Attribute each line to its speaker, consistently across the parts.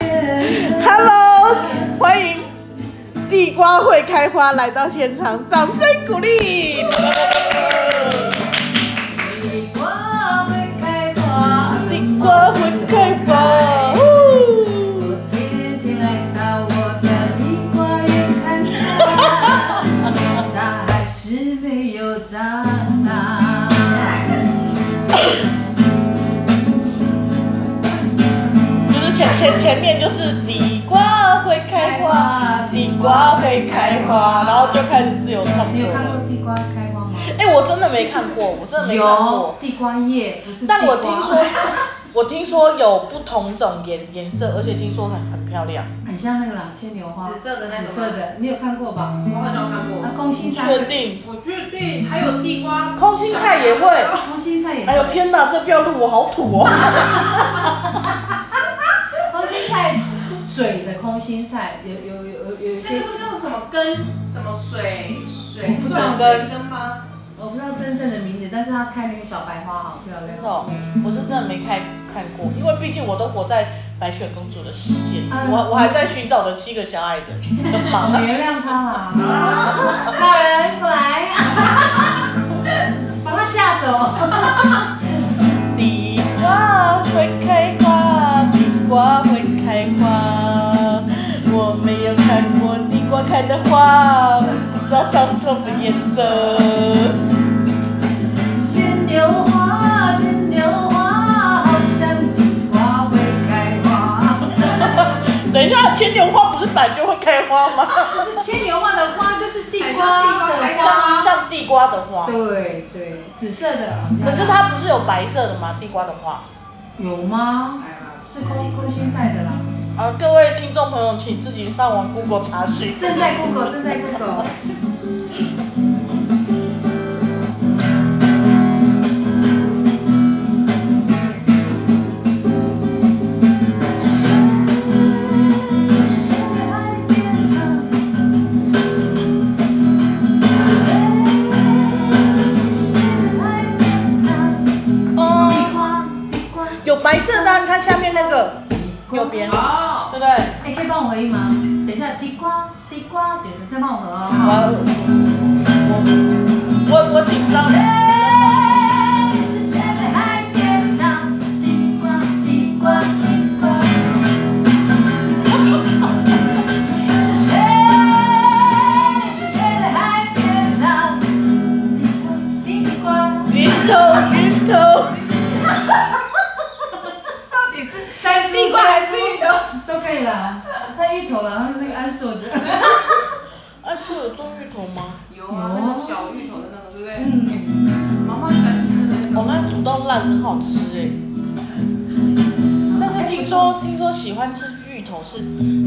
Speaker 1: 地瓜会开花来到现场，掌声鼓励。
Speaker 2: 地瓜会开花，
Speaker 1: 地瓜会开花，
Speaker 2: 我
Speaker 1: 呜
Speaker 2: 天天来到我的地瓜园看看，它还是没有长大。
Speaker 1: 就是前前前面就是地瓜会开花，地瓜会开花，然后就开始自由创
Speaker 2: 你
Speaker 1: 作
Speaker 2: 有看过
Speaker 1: 了。
Speaker 2: 地瓜开花吗？
Speaker 1: 哎、我真的没看过，我真的没看
Speaker 2: 有
Speaker 1: 过。
Speaker 2: 地瓜叶，不是地瓜。
Speaker 1: 但我听说， 我听说有不同种颜颜色，而且听说很很漂亮。
Speaker 2: 很像那个朗牵牛花，
Speaker 3: 紫色的那
Speaker 2: 紫
Speaker 3: 种
Speaker 2: 色的，你有看过吧？
Speaker 3: 我好像看过
Speaker 2: 啊，空心
Speaker 1: 你
Speaker 2: 菜，
Speaker 1: 嗯确定？
Speaker 3: 我确定，还有地瓜，
Speaker 1: 空心菜也会。
Speaker 2: 空心菜也
Speaker 1: 哎呦
Speaker 2: 会，
Speaker 1: 天哪，这标路我好土哦！
Speaker 2: 空心菜水的空心菜，有有有有有一
Speaker 3: 那
Speaker 2: 些
Speaker 3: 个，是叫什么根？什么水水？
Speaker 2: 不知
Speaker 1: 道
Speaker 3: 水根吗？
Speaker 2: 我不知道真正的名字，但是它开那个小白花好漂亮。嗯
Speaker 1: 哦，我是真的没看看过，因为毕竟我都活在白雪公主的世界里，我我还在寻找着七个小矮人，很
Speaker 2: 我
Speaker 1: 忙啊
Speaker 2: 们。原谅他啦，大人过来，啊 把他架走。
Speaker 1: 地瓜会开花，地瓜会开花。我没有看过地瓜开的花，不知道长什么颜色。
Speaker 2: 牵牛花，牵牛花，好像地瓜会开花。
Speaker 1: 等一下，牵牛花不是本来就会开花吗？
Speaker 2: 不是牵牛花的花，就是地瓜的
Speaker 1: 像
Speaker 2: 花。
Speaker 1: 像地瓜的花，
Speaker 2: 对对，紫色的。
Speaker 1: 可是它不是有白色的吗？地瓜的花。
Speaker 2: 有吗？是空空心菜的啦。
Speaker 1: 啊，各位听众朋友，请自己上网 Google 查询。
Speaker 2: 正在 Google，正在 Google。
Speaker 1: 哦，
Speaker 2: 地瓜，地瓜。
Speaker 1: 有白色的啊，你看下面那个右边，对
Speaker 3: 哦，
Speaker 1: 不对？
Speaker 2: 哎，可以帮我合音吗？等一下，地瓜，地瓜，点子再帮我合
Speaker 1: 我
Speaker 2: 哦。
Speaker 1: 我我紧张了。云头云头，
Speaker 3: 到底是
Speaker 2: 三
Speaker 3: 地瓜还是芋头？
Speaker 2: 都可以啦，太芋头了，还有那个安硕的，
Speaker 1: 哎，不是有种芋头吗？
Speaker 3: 有啊，那个小芋头的那种，对不对？
Speaker 2: 嗯，
Speaker 3: 妈妈喜欢吃的那
Speaker 1: 我
Speaker 3: 种。
Speaker 1: 们哦煮到烂很好吃哎。但是听说听说喜欢吃芋头是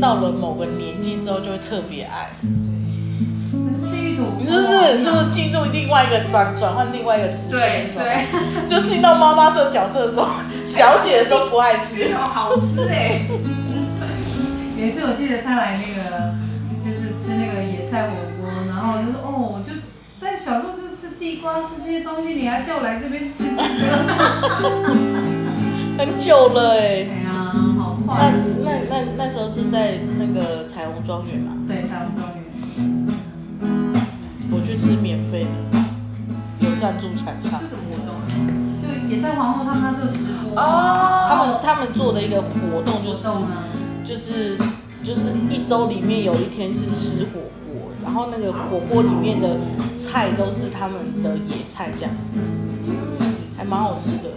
Speaker 1: 到了某个年纪之后就会特别爱，
Speaker 2: 可是吃芋头，
Speaker 1: 你是不是是不是进入另外一个转转换另外一个职业
Speaker 3: 对
Speaker 1: 的时候？
Speaker 3: 对，
Speaker 1: 就进到妈妈这个角色的时候， 小姐的时候不爱吃
Speaker 3: 芋。头好吃哎。
Speaker 2: 有一次我记得他来那个，就是吃那个野菜火锅，然后我就说哦，我就在小时候就吃地瓜，吃这些东西，你还叫我来这边吃这个？
Speaker 1: 很久了哎、
Speaker 2: 哎呀，好
Speaker 1: 那
Speaker 2: 坏。
Speaker 1: 那那那时候是在那个彩虹庄园嘛，
Speaker 2: 对，差不多园。
Speaker 1: 我去吃免费的，有赞助厂商
Speaker 2: 是，什么活动啊？就野菜皇后他们那时候直播
Speaker 1: 他
Speaker 2: 哦，
Speaker 1: 们他们做的一个活动就
Speaker 2: 活
Speaker 1: 是
Speaker 2: 动啊，
Speaker 1: 就是就是一周里面有一天是吃火锅，然后那个火锅里面的菜都是他们的野菜这样子，还蛮好吃的。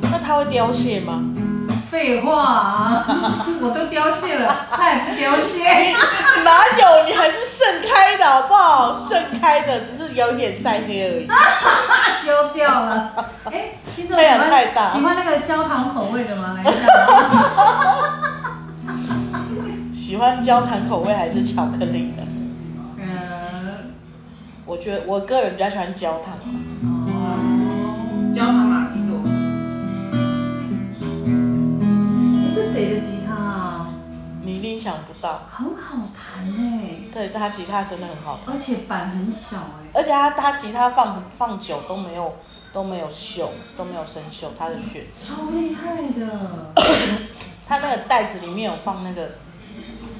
Speaker 1: 那它会凋谢吗？
Speaker 2: 废话啊，我都凋谢了，他也不哎凋谢。
Speaker 1: 哪有？你还是盛开的好不好？盛开的，只是有点晒黑而已。
Speaker 2: 揪掉了。哎，听众
Speaker 1: 太
Speaker 2: 喜
Speaker 1: 阳
Speaker 2: 欢
Speaker 1: 太 大
Speaker 2: 喜欢那个焦糖口味的吗？ 来一下。
Speaker 1: 喜欢焦糖口味还是巧克力的？
Speaker 2: 嗯，
Speaker 1: 我觉得我个人比较喜欢焦糖。
Speaker 2: 哦，
Speaker 3: 焦糖玛奇朵，
Speaker 2: 诶这谁的吉他啊？
Speaker 1: 你一定想不到，
Speaker 2: 很好弹哎，
Speaker 1: 对，他吉他真的很好听，
Speaker 2: 而且板很小哎。
Speaker 1: 而且他他吉他放放久都没有都没有锈，都没有生锈，他的弦
Speaker 2: 超厉害的，
Speaker 1: 它那个袋子里面有放那个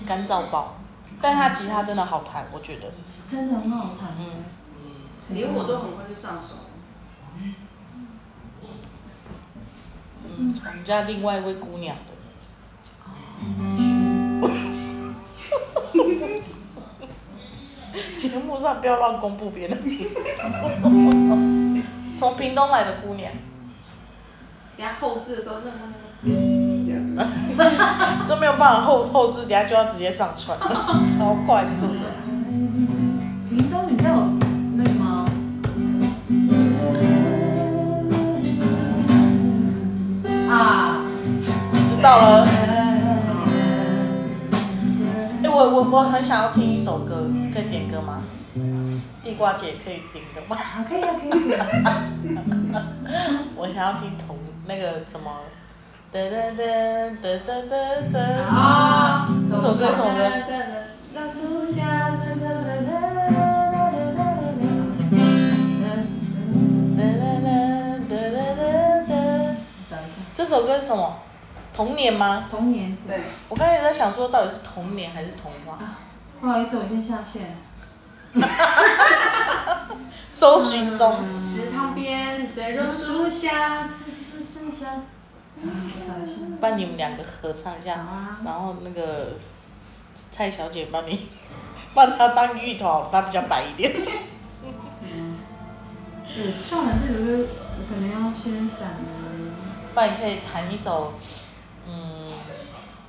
Speaker 1: 干燥包，但它吉他真的好弹，我觉得。
Speaker 2: 是真的很好弹的
Speaker 1: 嗯，
Speaker 2: 谁
Speaker 3: 连我都很快就上手。
Speaker 1: 嗯，我们家另外一位姑娘的，节目上不要乱公布别人的名字。从屏东来的姑娘，
Speaker 3: 等下后置的时候，那那
Speaker 1: 这没有办法后后置，等下就要直接上传了，超快速的。
Speaker 2: 屏东比较有那个吗？啊，
Speaker 1: 知道了。
Speaker 2: 嗯
Speaker 1: 哎、我我我很想要听一首歌，可以点歌吗？地瓜姐可以点歌吗？
Speaker 2: 啊，可以啊，可以可以。
Speaker 1: 我想要听同那个什么，噔噔噔噔噔噔噔，
Speaker 3: 啊，
Speaker 1: 这首歌什么歌？
Speaker 2: 大树下，圣诞哒哒哒哒哒哒哒。
Speaker 1: 噔噔噔噔噔噔噔。
Speaker 2: 找一下，
Speaker 1: 这首歌是什么？童年吗？
Speaker 2: 童年。
Speaker 3: 对，
Speaker 1: 我刚才也在想说，到底是童年还是童话？
Speaker 2: 不好意思，我先下线。哦
Speaker 1: 搜寻中，
Speaker 3: 池塘边的榕树下，
Speaker 2: 是是是下。找一下。
Speaker 1: 帮你们两个合唱一下
Speaker 2: 好啊，
Speaker 1: 然后那个蔡小姐帮你， 帮她当芋头，她比较白一点。
Speaker 2: 对，上完这首歌，我可能要先闪了。
Speaker 1: 不然你可以弹一首，嗯，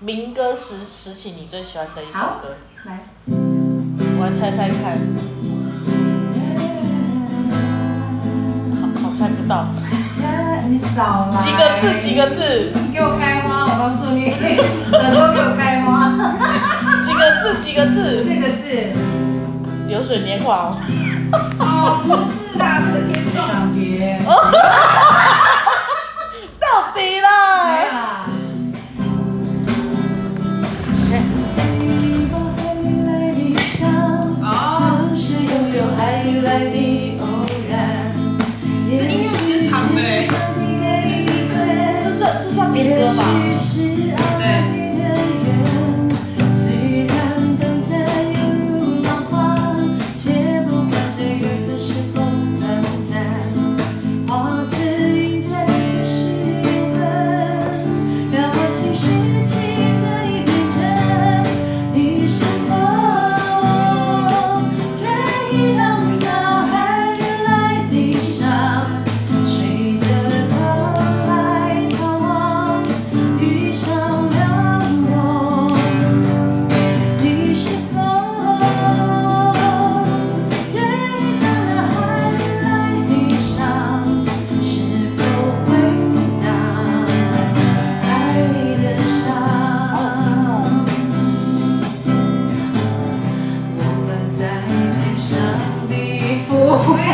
Speaker 1: 民歌时时期你最喜欢的一首
Speaker 2: 好
Speaker 1: 歌，
Speaker 2: 来。
Speaker 1: 我来猜猜看，好好猜不到，
Speaker 2: 你少来。
Speaker 1: 几个字几个字
Speaker 2: 给我开花，我告诉你，耳朵给我开花。
Speaker 1: 几个字几个字，
Speaker 2: 四啊个字。
Speaker 1: 流水年华哦。
Speaker 3: 哦，不是啦，这个前奏。
Speaker 2: 上别。
Speaker 1: 到底
Speaker 3: 哎
Speaker 2: 来
Speaker 1: 啦！
Speaker 2: 啦。
Speaker 3: 哦，这音乐时长的欸，
Speaker 1: 这算这算民歌吧？
Speaker 3: 对，转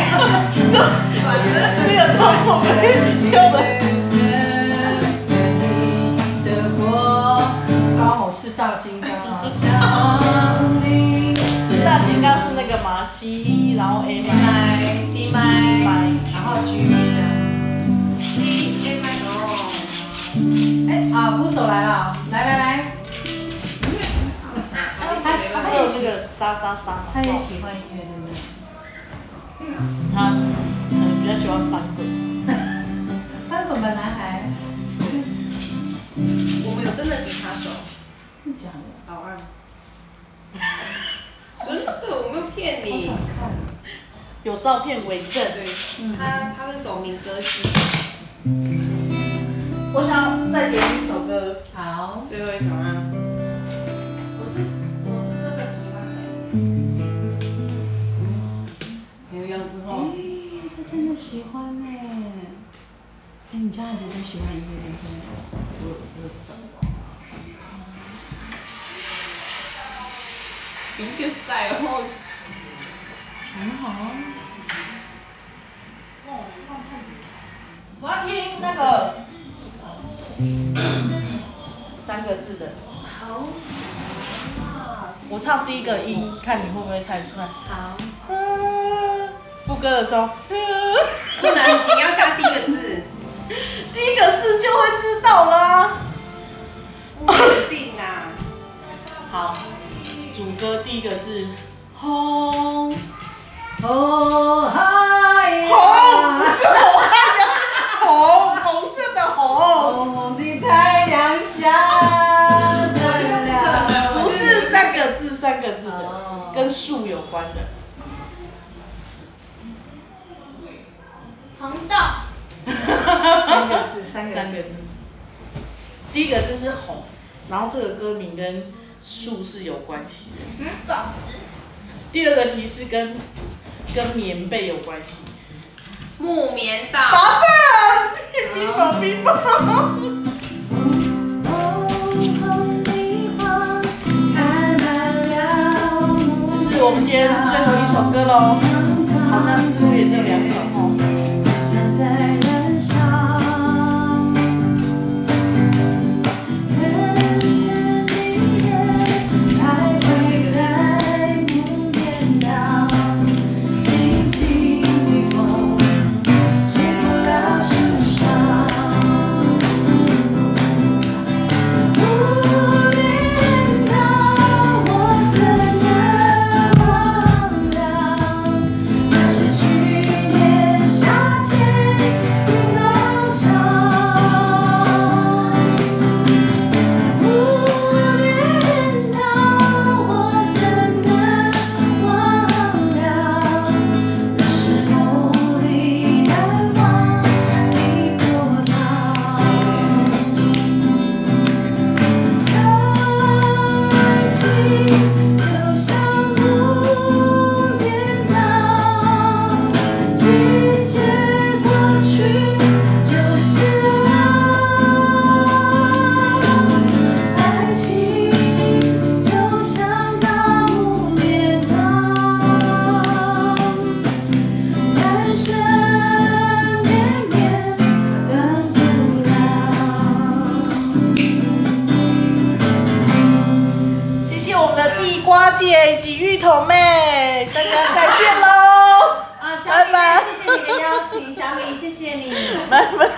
Speaker 3: 折。
Speaker 1: 这个痛我们跳的四大金刚是那个吗？西，然后 A 吗？
Speaker 2: 然后橘子，哎啊，鼓手来了，来来来，
Speaker 1: 还有那呃个沙沙沙嘛，
Speaker 2: 他也喜欢音乐，对不对？
Speaker 1: 他呃可能比较喜欢翻滚。
Speaker 2: 翻滚吧，男孩，
Speaker 3: 我们有真的吉他手，
Speaker 2: 真假的？
Speaker 3: 老二。 不是，我没有骗
Speaker 2: 好
Speaker 3: 你
Speaker 2: 想。看。
Speaker 1: 有照片为证。
Speaker 3: 对，他他是走民歌系，
Speaker 1: 我想要再点一首歌。
Speaker 2: 好，
Speaker 3: 最后一首啊。我是我是这个啊喜欢的。没有样子
Speaker 2: 哎，
Speaker 3: 哦。
Speaker 2: 他真的喜欢呢。哎，你家孩子都喜欢音乐，对不对？
Speaker 3: 明天晒哦。
Speaker 2: 很好啊。
Speaker 1: 我要听那个三个字的。
Speaker 3: 好。
Speaker 1: 我唱第一个音，看你会不会猜出来。嗯
Speaker 2: 好，
Speaker 1: 副歌的时候，嗯
Speaker 3: 不能， 你要加第一个字。
Speaker 1: 第一个字就会知道啦。
Speaker 3: 啊
Speaker 1: 第一个是轰，
Speaker 2: 哦嗨呀，
Speaker 1: 红不是我爱的红，红色的红，
Speaker 2: 红红的太阳下山了。
Speaker 1: 不是三个字三个字
Speaker 2: 哦
Speaker 1: 的，跟树有关的。
Speaker 4: 红豆，
Speaker 2: 三个字，三个
Speaker 1: 三
Speaker 2: 字。
Speaker 1: 个字。第一个字是红，然后这个歌名跟树是有关系的。
Speaker 4: 嗯，宝石，
Speaker 1: 第二个提示跟跟棉被有关系。
Speaker 5: 木棉
Speaker 1: 答
Speaker 5: 道，
Speaker 1: 对了，冰雹冰 雹。这是我们今天最后一首歌喽，好像似乎也就两首哦。谢谢我们的地瓜姐以及芋头妹，大家再见喽，
Speaker 4: 啊，小
Speaker 1: 拜
Speaker 4: 米，
Speaker 1: 拜
Speaker 4: 谢谢你的邀请，小米，谢谢你。
Speaker 1: 拜拜。